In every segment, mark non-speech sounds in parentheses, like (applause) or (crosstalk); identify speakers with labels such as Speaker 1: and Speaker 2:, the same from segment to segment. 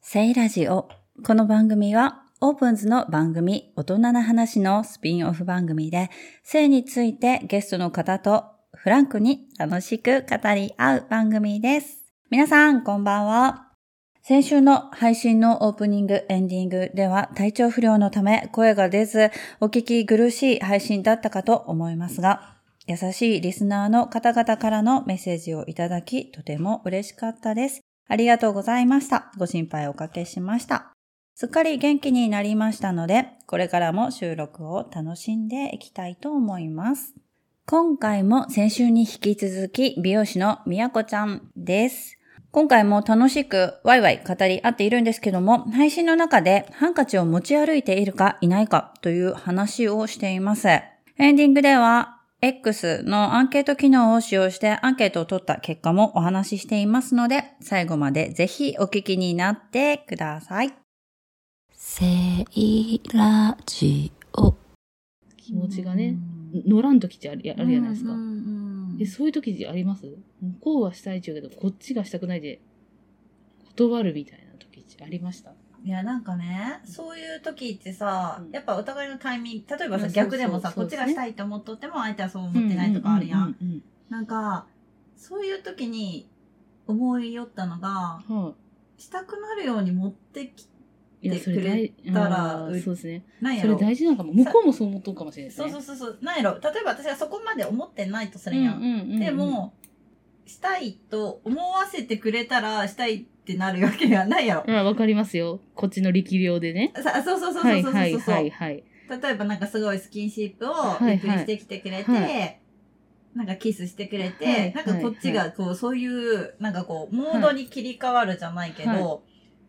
Speaker 1: セイラジオ。この番組は、オープンズの番組、大人な話のスピンオフ番組で、性についてゲストの方とフランクに楽しく語り合う番組です。皆さん、こんばんは。先週の配信のオープニング、エンディングでは体調不良のため声が出ず、お聞き苦しい配信だったかと思いますが、優しいリスナーの方々からのメッセージをいただき、とても嬉しかったです。ありがとうございました。ご心配おかけしました。すっかり元気になりましたので、これからも収録を楽しんでいきたいと思います。今回も先週に引き続き美容師のみやこちゃんです。今回も楽しくワイワイ語り合っているんですけども、配信の中でハンカチを持ち歩いているかいないかという話をしています。エンディングでは X のアンケート機能を使用してアンケートを取った結果もお話ししていますので、最後までぜひお聞きになってください。
Speaker 2: セイラジオ。
Speaker 3: 気持ちがね、乗らん時ってあるやあるじゃないですか。え、
Speaker 1: か。
Speaker 3: そういう時あります向こうはしたいっちゅうけど、こっちがしたくないで、断るみたいな時ってありました
Speaker 4: いや、なんかね、そういう時ってさ、
Speaker 3: うん
Speaker 4: やっぱお互いのタイミング、例えば
Speaker 3: う
Speaker 4: さ、
Speaker 3: ん
Speaker 4: 逆でもさ、
Speaker 3: そうそうそう
Speaker 4: こっちがしたいと思っとっても、相手はそう思ってないとかあるやん。
Speaker 3: うううん
Speaker 4: なんか、そういう時に思い寄ったのが、
Speaker 3: うんは
Speaker 4: したくなるように持ってき
Speaker 3: い。いや、
Speaker 4: で
Speaker 3: それ大
Speaker 4: くれたら
Speaker 3: あーそうですね。
Speaker 4: ないや
Speaker 3: そ
Speaker 4: ろ。
Speaker 3: れ大事なんかも。向こうもそう思っとるかもしれないです
Speaker 4: そう
Speaker 3: ね。
Speaker 4: そう
Speaker 3: う
Speaker 4: そうそう、なんやろ。例えば私はそこまで思ってないとするやん。
Speaker 3: んうんうん
Speaker 4: で、も、したいと思わせてくれたら、したいってなるわけがないやろ。
Speaker 3: うん、わかりますよ。こっちの力量でね。
Speaker 4: さそうそうそうそう
Speaker 3: は
Speaker 4: そう
Speaker 3: い
Speaker 4: そうそう。
Speaker 3: はいはいはい。
Speaker 4: 例えばなんかすごいスキンシップ
Speaker 3: は
Speaker 4: を
Speaker 3: い
Speaker 4: リプしてきてくれて、
Speaker 3: は
Speaker 4: なんかキスしてくれて、
Speaker 3: はい
Speaker 4: なんかこっちがこう、そういう、なんかこう、モードに切り替わるじゃないけど、
Speaker 3: はい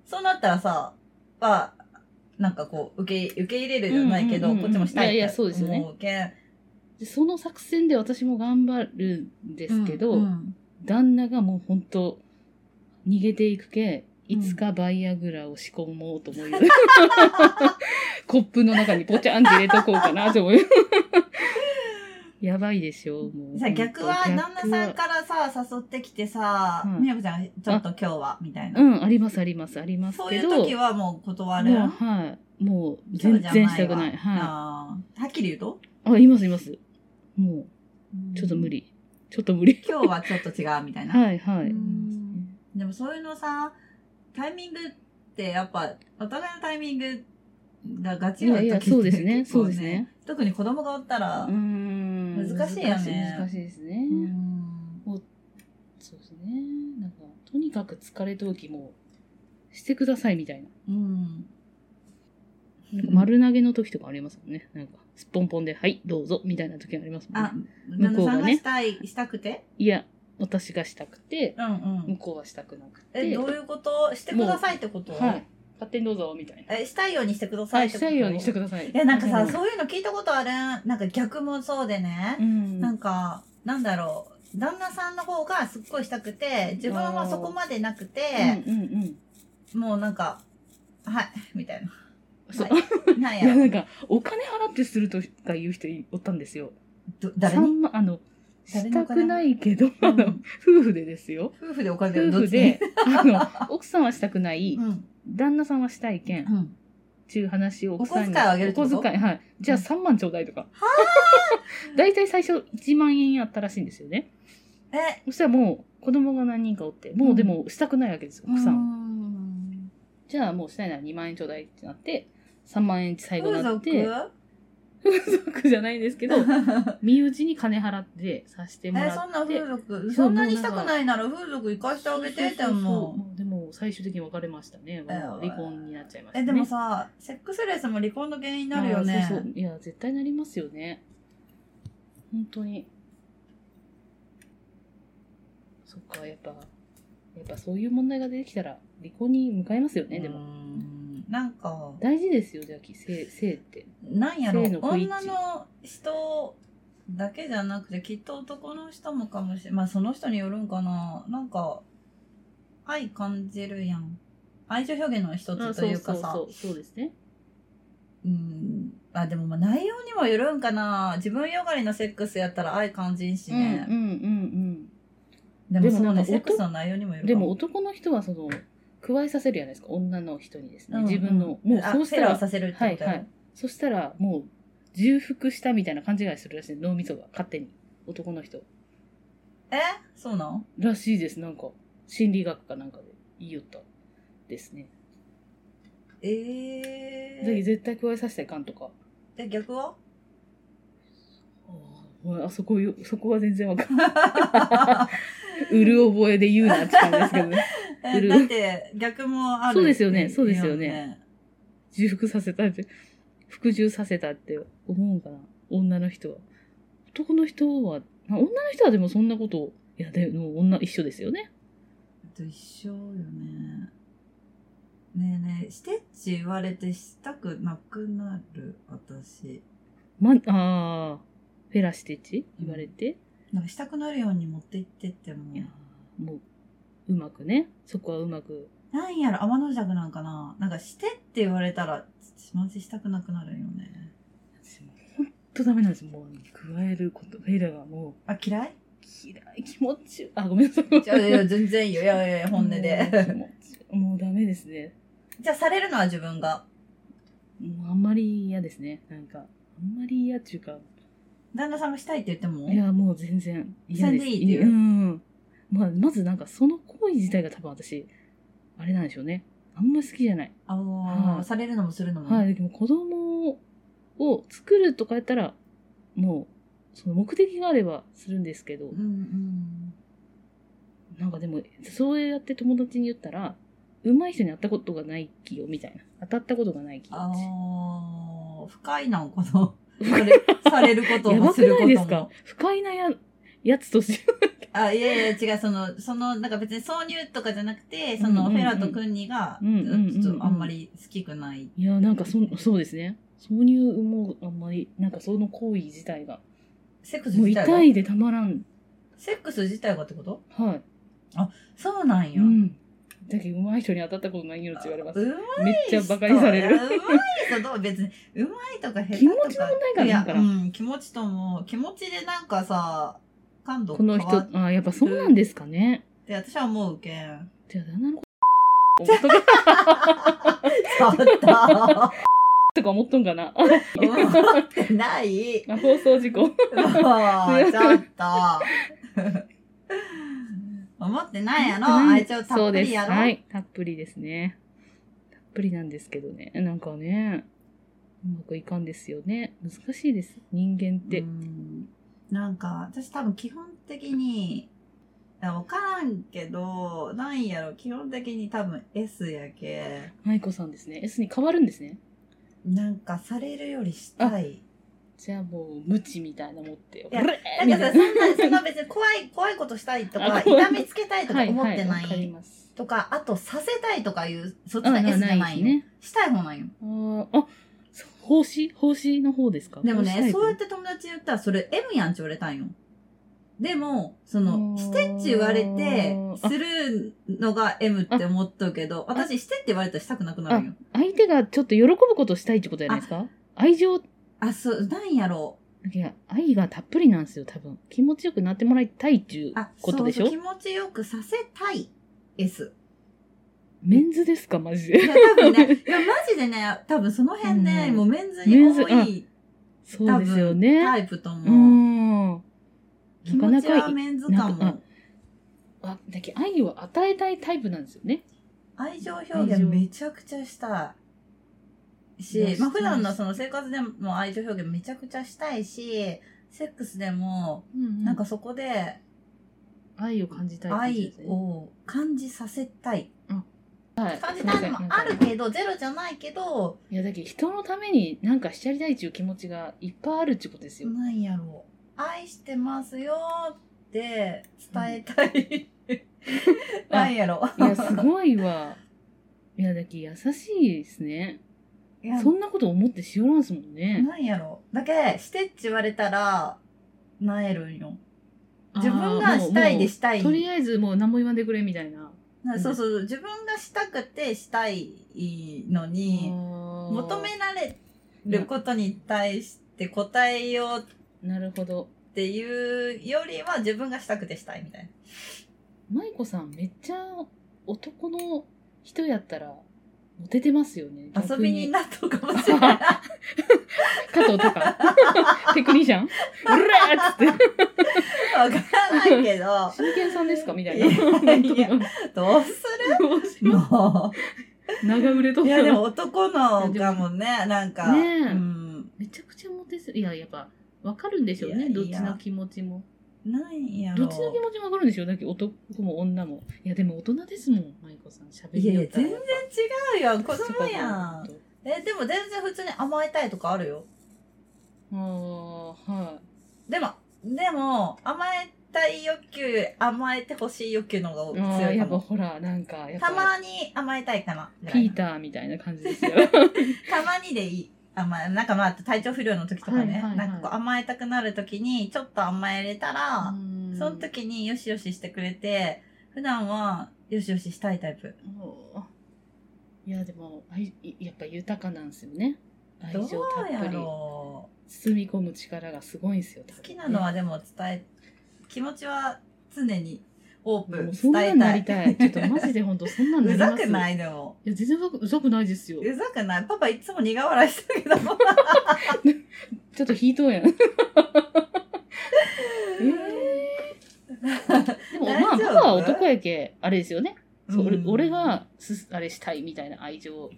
Speaker 4: そうなったらさ、まあ、なんかこう、受け、受け入れるじゃないけど、
Speaker 3: うんうんうん
Speaker 4: こ
Speaker 3: うん
Speaker 4: っちもしたい
Speaker 3: いや
Speaker 4: っ
Speaker 3: いや
Speaker 4: て
Speaker 3: そうですよね
Speaker 4: 思うけん。
Speaker 3: でその作戦で私も頑張るんですけど、
Speaker 4: うんうん
Speaker 3: 旦那がもうほんと逃げていくけいつかバイアグラを仕込もうと思い、う (laughs) コップの中にポチャンって入れとこうかなと思うやばいでしょもう
Speaker 4: さ逆は、旦那さんからさ、誘ってきてさ
Speaker 3: うん、
Speaker 4: みやこちゃん、ちょっと今日は、みたいな。
Speaker 3: うんありますありますあります
Speaker 4: そうい
Speaker 3: け
Speaker 4: う
Speaker 3: ど
Speaker 4: 時はもう断る。
Speaker 3: もうはいもう全然したくない
Speaker 4: 今日じゃ
Speaker 3: はい
Speaker 4: わあーはっきり言うと
Speaker 3: あいますいますもうちょっと無理、ちょっと無理
Speaker 4: 今日はちょっと違うみたいな。
Speaker 3: はいはい、
Speaker 4: うんでもそういうのさ、タイミングってやっぱ、お互いのタイミングがガチ
Speaker 3: いやいや
Speaker 4: 時って
Speaker 3: そうです
Speaker 4: (laughs)
Speaker 3: ね
Speaker 4: 結構
Speaker 3: そうですね。
Speaker 4: 特に子供がおったら、
Speaker 3: うん
Speaker 4: 難しいよね
Speaker 3: 難しい難しいですね、
Speaker 4: うん
Speaker 3: そうですね。なんか、とにかく疲れとうきもう、してくださいみたいな。
Speaker 4: うん。
Speaker 3: なんか丸投げの時とかありますもんね。なんか、すっぽんぽんで、はい、どうぞ、みたいな時ありますもんね
Speaker 4: あ。、
Speaker 3: 向
Speaker 4: 旦
Speaker 3: こう
Speaker 4: 那
Speaker 3: が
Speaker 4: さ
Speaker 3: ね
Speaker 4: んがしたい、したくて
Speaker 3: いや、私がしたくて、
Speaker 4: うんうん
Speaker 3: 向。こうはしたくなくて。
Speaker 4: え、どういうことしてくださいってこと
Speaker 3: はい。勝手にどうぞ、みたいな。
Speaker 4: え、したいようにしてくださ
Speaker 3: はい
Speaker 4: っ
Speaker 3: い、
Speaker 4: て
Speaker 3: し
Speaker 4: こと
Speaker 3: たいようにしてください。
Speaker 4: いや、なんか
Speaker 3: は
Speaker 4: さ、
Speaker 3: い
Speaker 4: そういうの聞いたことあるなんか逆もそうでね。
Speaker 3: うん。
Speaker 4: なんか、なんだろう。旦那さんの方がすっごいしたくて、自分はそこまでなくて、
Speaker 3: うんうんうん。
Speaker 4: もうなんか、はい、みたいな。
Speaker 3: そう。
Speaker 4: はいなんや
Speaker 3: や、 (laughs) な
Speaker 4: ろ
Speaker 3: んか、お金払ってするとか言う人おったんですよ。
Speaker 4: ど誰に
Speaker 3: 三万あの、
Speaker 4: 誰
Speaker 3: し
Speaker 4: のお金
Speaker 3: たくないけど、あの、夫婦でですよ。
Speaker 4: 夫婦でお金を
Speaker 3: 夫
Speaker 4: どっ
Speaker 3: 婦
Speaker 4: ちに (laughs)
Speaker 3: で、あの、奥さんはしたくない、
Speaker 4: うん。
Speaker 3: 旦那さんはしたいけん、
Speaker 4: うん。
Speaker 3: ちゅう話を奥さん
Speaker 4: お
Speaker 3: に。
Speaker 4: 小遣いをあげるって
Speaker 3: お
Speaker 4: こと
Speaker 3: 小遣い、はい。じゃあ
Speaker 4: うん
Speaker 3: 3万ちょうだいとか。 (laughs) 大体最初1万円やったらしいんですよね。
Speaker 4: え、
Speaker 3: そしたらもう、子供が何人かおって、もうでもしたくないわけですよ、奥さんは。
Speaker 4: ん。
Speaker 3: じゃあもうしたいなら2万円ちょうだいってなって、3万円最後
Speaker 4: 風
Speaker 3: になっ
Speaker 4: 俗
Speaker 3: て、風俗 (laughs) じゃないんですけど、身内に金払ってさせて
Speaker 4: (laughs)
Speaker 3: も
Speaker 4: え、
Speaker 3: ら
Speaker 4: そん
Speaker 3: っ
Speaker 4: な
Speaker 3: て
Speaker 4: 風。俗、
Speaker 3: そう
Speaker 4: そんなにしたくないなら風俗行かしてあげてって
Speaker 3: も
Speaker 4: 思う。
Speaker 3: うでも最終的に別れましたね。
Speaker 4: え
Speaker 3: 離婚になっちゃいました、ね。
Speaker 4: え、でもさ、セックスレスも離婚の原因になるよ
Speaker 3: あー
Speaker 4: ね。
Speaker 3: そうそういや絶対なりますよね本当にそっかやっぱやっぱそういう問題が出てきたら離婚に向かいますよねで
Speaker 4: う
Speaker 3: も
Speaker 4: んなんか、
Speaker 3: 大事ですよじゃあき性性って
Speaker 4: なんやろ
Speaker 3: 性の不一
Speaker 4: 女
Speaker 3: 致
Speaker 4: の人だけじゃなくてきっと男の人もかもしれまあその人によるんかななんか愛感じるやん愛情表現の一つというかさ
Speaker 3: そうそうそうそうですね
Speaker 4: うんあでもまあ内容にもよるんかな自分よがりのセックスやったら愛感じんしね
Speaker 3: う、んうんうん
Speaker 4: でもそう
Speaker 3: でもなん
Speaker 4: ね
Speaker 3: か
Speaker 4: セックス
Speaker 3: 男
Speaker 4: の内容にもよる
Speaker 3: う
Speaker 4: か
Speaker 3: んでも男の人はその加えさせるじゃないですか、女の人にですね。
Speaker 4: うん
Speaker 3: 自分の、もう
Speaker 4: あ
Speaker 3: そうした
Speaker 4: フェラ
Speaker 3: ら
Speaker 4: ーさせるってこ
Speaker 3: はい
Speaker 4: と
Speaker 3: はい。そしたら、もう、重複したみたいな勘違いするらしい。脳みそが勝手に。男の人。
Speaker 4: えそうなの
Speaker 3: らしいです。なんか、心理学かなんかで言いよったですね。
Speaker 4: え
Speaker 3: ぜひ
Speaker 4: ー、
Speaker 3: 絶対加えさせたいかんとか。
Speaker 4: で逆は (laughs)
Speaker 3: あそこよ、そこは全然わかんない。うる覚えで言うなって感じですけど
Speaker 4: (laughs)
Speaker 3: ね。
Speaker 4: え
Speaker 3: うる
Speaker 4: だって逆もある
Speaker 3: そうですよねそうですよね
Speaker 4: 言う
Speaker 3: 重複させたって、服従させたって思うかな。女の人は。男の人は、まあ女の人はでもそんなこと、いや、でも女一緒ですよね。
Speaker 4: と一緒よねねえねえしてって言われてしたくなくなる私
Speaker 3: ま、ああ、フェラシテチ言われて、
Speaker 4: なんかしたくなるように持って行ってっても
Speaker 3: いやーもう、うまくね、そこはうまく。
Speaker 4: なんやろ天の弱なんかななんかしてって言われたらマジしたくなくなるよね
Speaker 3: 私もうほんとダメなんですよ。もう、加えること、フェラがも、
Speaker 4: あ嫌いう
Speaker 3: 嫌い、気持ちよあ、ごめんなさい。
Speaker 4: いやいや全然いいよいやいやいや本音
Speaker 3: もう
Speaker 4: で
Speaker 3: 気持ちよもうダメですね。
Speaker 4: じゃあされるのは自分が
Speaker 3: もうあんまり嫌ですね。なんか、あんまり嫌っていうか、
Speaker 4: 旦那さんがしたいって言っても
Speaker 3: いや、もう全然嫌です。
Speaker 4: 全然いいっていう
Speaker 3: うん。まあ、まずなんかその行為自体が多分私、あれなんでしょうね。あんま好きじゃない。
Speaker 4: あ
Speaker 3: は
Speaker 4: の
Speaker 3: い
Speaker 4: されるのもするのも、
Speaker 3: はい。でも子供を作るとかやったら、もう、その目的があればするんですけど
Speaker 4: う、んうん
Speaker 3: なんかでも、そうやって友達に言ったら、上手い人に会ったことがないきよ、みたいな。当たったことがないきよ。
Speaker 4: あ
Speaker 3: 私
Speaker 4: ー深いな (laughs) このされされること
Speaker 3: や
Speaker 4: も
Speaker 3: ば
Speaker 4: す
Speaker 3: く
Speaker 4: るこ
Speaker 3: な
Speaker 4: と
Speaker 3: い
Speaker 4: も
Speaker 3: ですか不快なや、やつとして。
Speaker 4: あいやいや違うそのそのなんか別に挿入とかじゃなくてそ
Speaker 3: うん
Speaker 4: の
Speaker 3: うん
Speaker 4: フ
Speaker 3: うん
Speaker 4: ェラとクンニが
Speaker 3: うんうんうんうん
Speaker 4: ちょっとあんまり好きくない
Speaker 3: いや、なんかそ、そうですね。挿入もあんまり、なんかその行為自体が。
Speaker 4: セックス
Speaker 3: もう
Speaker 4: 自体が
Speaker 3: 痛いでたまらん。
Speaker 4: セックス自体がってこと
Speaker 3: は
Speaker 4: そうなん
Speaker 3: い。う
Speaker 4: よ。
Speaker 3: ん。だけど、上手い人に当たったことないよって言われます。
Speaker 4: うまい
Speaker 3: めっちゃ馬鹿にされる。
Speaker 4: 人いやうまいこと別に、うまいとか下手とか。
Speaker 3: 気持ちの問題かない
Speaker 4: や、
Speaker 3: だから
Speaker 4: うん、気持ちとも、気持ちでなんかさ、感度
Speaker 3: この人
Speaker 4: っ、
Speaker 3: あやっぱそうなんですかね。
Speaker 4: て私は思うけん。
Speaker 3: じゃあ、旦那の
Speaker 4: (laughs)
Speaker 3: こと、とか、
Speaker 4: ちょっと
Speaker 3: とか思っとんかな。
Speaker 4: 思ってない。
Speaker 3: あ放送事故。
Speaker 4: もう、ちょっと。思ってないやろ愛情たっぷりや
Speaker 3: そうです。
Speaker 4: ろ、
Speaker 3: はい。たっぷりですね。たっぷりなんですけどね。なんかね、うまくいかんですよね。難しいです。人間って。
Speaker 4: うんなんか私多分基本的に分からんけどなんやろ基本的に多分 S やけ
Speaker 3: 舞子さんですね。S に変わるんですね。
Speaker 4: なんかされるよりしたい
Speaker 3: じゃあもう、無知みたいな持って。
Speaker 4: や
Speaker 3: ブレ
Speaker 4: な
Speaker 3: ー
Speaker 4: ん
Speaker 3: み
Speaker 4: か
Speaker 3: た
Speaker 4: さ
Speaker 3: い
Speaker 4: そんなそんな別に怖い怖いことしたいとか
Speaker 3: あ怖い
Speaker 4: 痛みつけたいとか思ってない
Speaker 3: ははいわかります。
Speaker 4: とかあとさせたいとかいうそっち
Speaker 3: あ
Speaker 4: の
Speaker 3: な
Speaker 4: S じゃ
Speaker 3: な
Speaker 4: ないい
Speaker 3: です
Speaker 4: よ
Speaker 3: ね。
Speaker 4: したい方なんよ
Speaker 3: あー、あそう奉仕奉仕の方ですか
Speaker 4: でも
Speaker 3: 奉仕タ
Speaker 4: ね
Speaker 3: イプ
Speaker 4: そうやって友達に言ったらそれ M やんち言われたんよでもそうの
Speaker 3: ーん
Speaker 4: してって言われてするのが M って思っとうけど私してって言われたらしたくなくなるんよ
Speaker 3: 相手がちょっと喜ぶことをしたいってことじゃないですか愛情、
Speaker 4: あそうなんやろ
Speaker 3: いや、愛がたっぷりなんですよ、多分。気持ちよくなってもらいたいっていう
Speaker 4: うあ
Speaker 3: こ
Speaker 4: そ
Speaker 3: と
Speaker 4: う
Speaker 3: でし
Speaker 4: そう
Speaker 3: ょ
Speaker 4: 気持ちよくさせたい S
Speaker 3: (laughs) メンズですか、マジ
Speaker 4: い
Speaker 3: で。
Speaker 4: や多分ねいやマジでね多分その辺ね、
Speaker 3: うん
Speaker 4: もうメンズに多
Speaker 3: メン
Speaker 4: い (laughs)
Speaker 3: そ
Speaker 4: 多
Speaker 3: うですよ
Speaker 4: 分、タ
Speaker 3: ね。
Speaker 4: イプと
Speaker 3: う。
Speaker 4: 思うん気
Speaker 3: なかな
Speaker 4: 持ち
Speaker 3: か
Speaker 4: はい
Speaker 3: い、
Speaker 4: メンズか
Speaker 3: なんか
Speaker 4: も
Speaker 3: あ、だけど愛を与えたいタイプなんですよね。
Speaker 4: 愛情表現めちゃくちゃしたい
Speaker 3: 愛情
Speaker 4: し、まあ、普段のその生活でも愛情表現めちゃくちゃしたいしセックスでも
Speaker 3: な
Speaker 4: なんか、そこで
Speaker 3: 愛を感じたい感じで
Speaker 4: 愛
Speaker 3: すね。
Speaker 4: を感じさせたい
Speaker 3: はい
Speaker 4: 感じたいのもあるけどゼロじゃないけど
Speaker 3: いや、だけど人のためになんかしちゃりたいっていう気持ちがいっぱいあるってことですよ。
Speaker 4: なんやろう愛してますよって伝えたい、
Speaker 3: うん
Speaker 4: (laughs) なんやろ
Speaker 3: いや、すごいわ。いや、だけど優しいですね。
Speaker 4: (laughs) いや
Speaker 3: そんなこと思ってしおらんすもんね。
Speaker 4: なんやろだけしてって言われたらなえるんよ自分
Speaker 3: あー
Speaker 4: が
Speaker 3: もう
Speaker 4: したいで
Speaker 3: もう
Speaker 4: したい
Speaker 3: とりあえずもう何も言わんでくれみたいな。
Speaker 4: なそうそう自分がしたくてしたいのに求
Speaker 3: 求
Speaker 4: められることに対して答えようっ
Speaker 3: なるほど。
Speaker 4: ていうよりは自分がしたくてしたいみたいな。
Speaker 3: 舞子さんめっちゃ男の人やったら、モテてますよね。
Speaker 4: 遊
Speaker 3: 逆
Speaker 4: び人だったかもしれない。
Speaker 3: 加藤とか。
Speaker 4: (laughs)
Speaker 3: テクニシャンうらーっつって。
Speaker 4: わからない
Speaker 3: (laughs)
Speaker 4: けど、
Speaker 3: 真剣さんですかみたい
Speaker 4: いやいや
Speaker 3: な。
Speaker 4: どうす
Speaker 3: どうし
Speaker 4: る
Speaker 3: よ
Speaker 4: も
Speaker 3: う長売れと
Speaker 4: う。
Speaker 3: か
Speaker 4: いや、でも男の子かもね、なんか。
Speaker 3: (laughs) ねえ
Speaker 4: うん。
Speaker 3: めちゃくちゃモテすいや、やっぱ、わかるんでしょうね。
Speaker 4: いや
Speaker 3: どっ
Speaker 4: い
Speaker 3: ち
Speaker 4: や
Speaker 3: の気持ちも。
Speaker 4: なんやろ
Speaker 3: どっちの気持ちもわかるんでしょう。だけど男も女も。いや、でも大人ですもん、舞子さん。喋
Speaker 4: い
Speaker 3: り
Speaker 4: やい
Speaker 3: よ
Speaker 4: や、
Speaker 3: ったら
Speaker 4: 全然違う
Speaker 3: (laughs)
Speaker 4: よ。子供やん。。
Speaker 3: そこ
Speaker 4: え、でも全然普通に甘えたいとかあるよ。
Speaker 3: があー、はい。
Speaker 4: でも、でも、甘えたい欲求、甘えてほしい欲求の方が
Speaker 3: あ
Speaker 4: 強
Speaker 3: ー
Speaker 4: いか
Speaker 3: やっぱ
Speaker 4: も。
Speaker 3: ほら、なんか、やったぱ、
Speaker 4: まに甘えたいかな。ぐらい
Speaker 3: ピーターみたいな感じ (laughs) ですよ。
Speaker 4: たまにでいい。甘え、なんかまあ、体調不良の時とか
Speaker 3: はい
Speaker 4: ね
Speaker 3: はいは。い
Speaker 4: なんかこう甘えたくなる時に、ちょっと甘えれたら、その時によしよししてくれて、普段はよしよししたいタイプ。
Speaker 3: もういやでもあいいやっぱ豊かなんですよね愛
Speaker 4: ど
Speaker 3: 情
Speaker 4: う
Speaker 3: たっぷ
Speaker 4: や
Speaker 3: り
Speaker 4: ろ
Speaker 3: 包み込む力がすごいんですよ
Speaker 4: う好きなのはでも伝え、気持ちは常にオー
Speaker 3: 多
Speaker 4: プ
Speaker 3: 分
Speaker 4: ン、
Speaker 3: ねそんな
Speaker 4: 伝
Speaker 3: ん
Speaker 4: え
Speaker 3: な
Speaker 4: た
Speaker 3: り
Speaker 4: い。
Speaker 3: たいちょっとマジで本当そんなん
Speaker 4: (laughs)
Speaker 3: な
Speaker 4: う
Speaker 3: りま
Speaker 4: ざ
Speaker 3: す
Speaker 4: くないいでも。
Speaker 3: や全然うざくうざくないですよ
Speaker 4: うざくないパパいつも苦笑いしてるけども。
Speaker 3: ちょっと引いとうやんえ
Speaker 4: (laughs)
Speaker 3: ーでもまあ
Speaker 4: 大丈夫
Speaker 3: 僕は男やけあれですよね、そう俺
Speaker 4: うん
Speaker 3: 俺がすあれしたいみたいな愛情を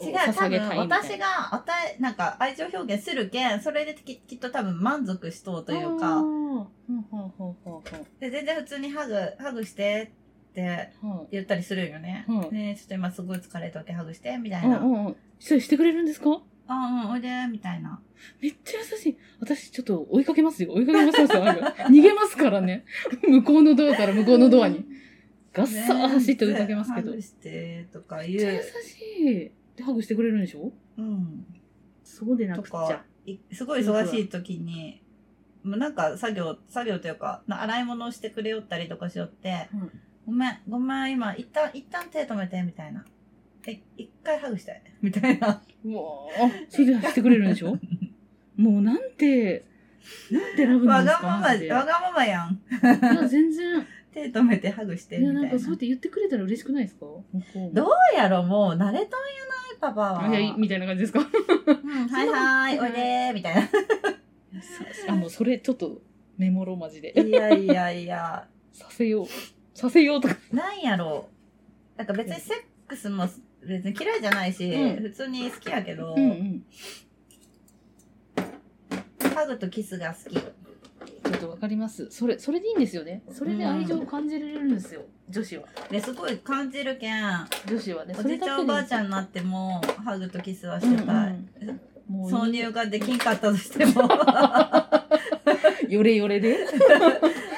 Speaker 4: 違う、
Speaker 3: 捧
Speaker 4: 多
Speaker 3: げたい
Speaker 4: 分
Speaker 3: みたいな
Speaker 4: 私が与え、なんか愛情表現するけん、それでききっと多分満足しとうという
Speaker 3: あー
Speaker 4: か、
Speaker 3: ほうほうほうほうほ
Speaker 4: で全然普通にハグ、ハグしてって
Speaker 3: うはい
Speaker 4: 言ったりするよね。
Speaker 3: うん
Speaker 4: ねちょっと今すごい疲れとけハグして、みた
Speaker 3: う
Speaker 4: い
Speaker 3: ん
Speaker 4: な。あ
Speaker 3: うんうんそれしてくれるんですか
Speaker 4: あ、うん、おいで、みたいな。
Speaker 3: めっちゃ優しい。私、ちょっと追いかけますよ。追いかけますよ。あの逃げますからね。向こうのドアから向こうのドアに。ガッサー走って追いかけますけど。
Speaker 4: ねハ
Speaker 3: めっ
Speaker 4: グして、とか言
Speaker 3: ちゃ優
Speaker 4: う。
Speaker 3: しい。で、ハグしてくれるんでしょ
Speaker 4: うん。
Speaker 3: そうでな
Speaker 4: と
Speaker 3: くっちゃ
Speaker 4: か。、いすごい忙しい時に、もうなんか作業、作業というか、な洗い物をしてくれよったりとかしよって、
Speaker 3: うん
Speaker 4: ごめん、ごめん、今、一旦、一旦手止めて、みたいな。え、一回ハグしたい、 (laughs) みたいな。
Speaker 3: うわーそれで走ってくれるんでしょもうなんて、なんてラブな
Speaker 4: わ
Speaker 3: んです
Speaker 4: が
Speaker 3: か
Speaker 4: まま、
Speaker 3: マジでい
Speaker 4: わがままやん。
Speaker 3: や、全然。
Speaker 4: 手止めてハグして、
Speaker 3: い
Speaker 4: みた
Speaker 3: や、
Speaker 4: い
Speaker 3: な
Speaker 4: な。
Speaker 3: んかそ
Speaker 4: ど
Speaker 3: うやって言ってくれたら嬉しくないですか向こう
Speaker 4: どうやろ、もう、慣れとんやない、パパは。
Speaker 3: もいや、みたいな感じですか
Speaker 4: うん、はいはい、おいでー、みたいな。
Speaker 3: あ、もうそれちょっとメモろうマジで。
Speaker 4: いやいやいや、
Speaker 3: させよう。させようとか。
Speaker 4: なんやろう。なんか別にセックスも別に嫌いじゃないし、
Speaker 3: うん
Speaker 4: 普通に好きやけど、
Speaker 3: ん。
Speaker 4: ハグとキスが好き。
Speaker 3: ちょっとわかります。それ、それでいいんですよね。それで愛情を感じられるんですよ。女子は。
Speaker 4: で、すごい感じるけん、
Speaker 3: 女子はね。
Speaker 4: お
Speaker 3: そ
Speaker 4: じ
Speaker 3: れ
Speaker 4: いちゃんおばあちゃんになっても、ハグとキスはしてたい。
Speaker 3: うんうんもう
Speaker 4: 挿入ができんかったとしても。
Speaker 3: よれよ
Speaker 4: (laughs)
Speaker 3: れで。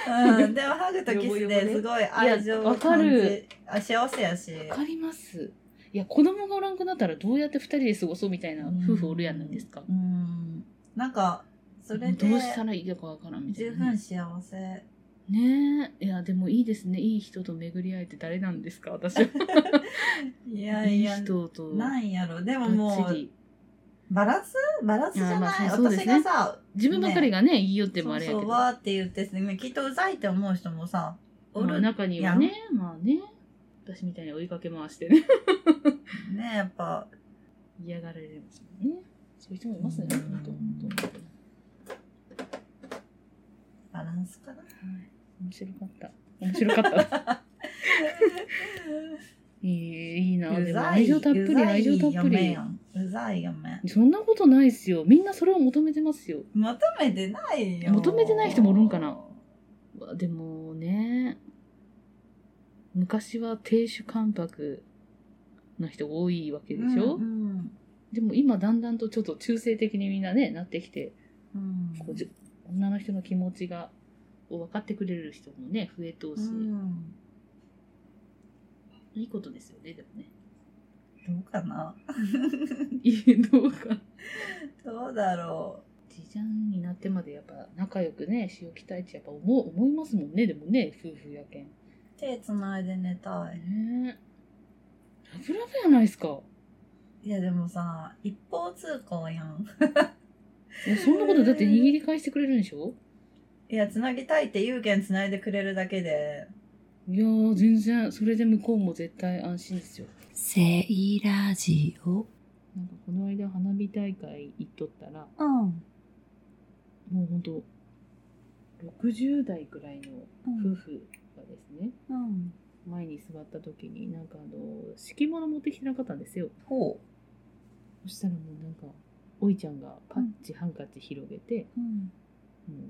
Speaker 4: うん、でもハグとキスですごい愛情を感
Speaker 3: いやわか
Speaker 4: じ
Speaker 3: る、
Speaker 4: あ幸せやし。
Speaker 3: わかります。いや、子供がおらんくなったらどうやって二人で過ごそうみたいな夫婦おるやないですか。
Speaker 4: うん。なんか、それで
Speaker 3: どうしたらいいのかわからんみたい
Speaker 4: 十
Speaker 3: な
Speaker 4: 分
Speaker 3: ね。
Speaker 4: 幸せ。
Speaker 3: ねえ。いや、でもいいですね。いい人と巡り合えて誰なんですか私は。
Speaker 4: いや
Speaker 3: い
Speaker 4: い
Speaker 3: い
Speaker 4: や、
Speaker 3: 人と。
Speaker 4: なんやろ。でもも
Speaker 3: ばっち
Speaker 4: う、
Speaker 3: り。
Speaker 4: バランスバランスじゃない、
Speaker 3: あーまあそうです
Speaker 4: 私が
Speaker 3: ね
Speaker 4: さ、
Speaker 3: 自分ばっかりがね、言いよっても
Speaker 4: そ
Speaker 3: あ
Speaker 4: う
Speaker 3: れやけど
Speaker 4: そう、。わーって言ってですね、きっとうざいって思う人もさ、お
Speaker 3: まあ
Speaker 4: るね
Speaker 3: 中にはね、まあね。私みたいに追いかけ回してね。 (laughs)
Speaker 4: やっぱ。
Speaker 3: 嫌がられますもんね。そういう人もいますね。
Speaker 4: うん
Speaker 3: 本当本当。はい。
Speaker 4: バランスかな。
Speaker 3: 面白かった。面白か (laughs) った。いいいいな。
Speaker 4: う
Speaker 3: でも
Speaker 4: ざい、
Speaker 3: 愛情たっぷ
Speaker 4: う
Speaker 3: り、
Speaker 4: ざい
Speaker 3: 愛情たっぷ
Speaker 4: 嫁
Speaker 3: り
Speaker 4: や。ん。うざい嫁。
Speaker 3: そんなことないですよ。みんなそれを求めてますよ。
Speaker 4: 求めてないよ。
Speaker 3: 求めてない人もおるんかなうわでもね、昔は亭主関白の人が多いわけでしょ、
Speaker 4: うんうん
Speaker 3: でも今だんだんとちょっと中性的にみんなね、なってきて、
Speaker 4: うん
Speaker 3: こうじ女の人の気持ちが、を分かってくれる人もね、増えとうし、
Speaker 4: うん
Speaker 3: いいことですよね、でもね。
Speaker 4: どうかない
Speaker 3: いどうか。
Speaker 4: どうだろ
Speaker 3: じじゃんになってまでやっぱ仲良くね、しようきたいってやっぱ思う思いますもんね、でもね、夫婦やけん。
Speaker 4: う。手つないで寝たい。
Speaker 3: ねえラブラブやないですか。
Speaker 4: いやでもさ、一方通行やん。
Speaker 3: いやそんなことだって握り返してくれるんでしょ
Speaker 4: いや、つなぎたいって言うけんつないでくれるだけで、
Speaker 3: いやー、全然、それで向こうも絶対安心ですよ。
Speaker 2: セイラジオ。
Speaker 3: なんかこの間花火大会行っとったら、
Speaker 4: うん。
Speaker 3: もうほんと、60代くらいの夫婦がですね、
Speaker 4: うん。
Speaker 3: 前に座った時に、なんかあの、敷物持ってきてなかったんですよ。
Speaker 5: ほ
Speaker 3: そしたらもうなんか、おいちゃんがパッチ、ハンカチ広げて、
Speaker 4: うん。
Speaker 3: もう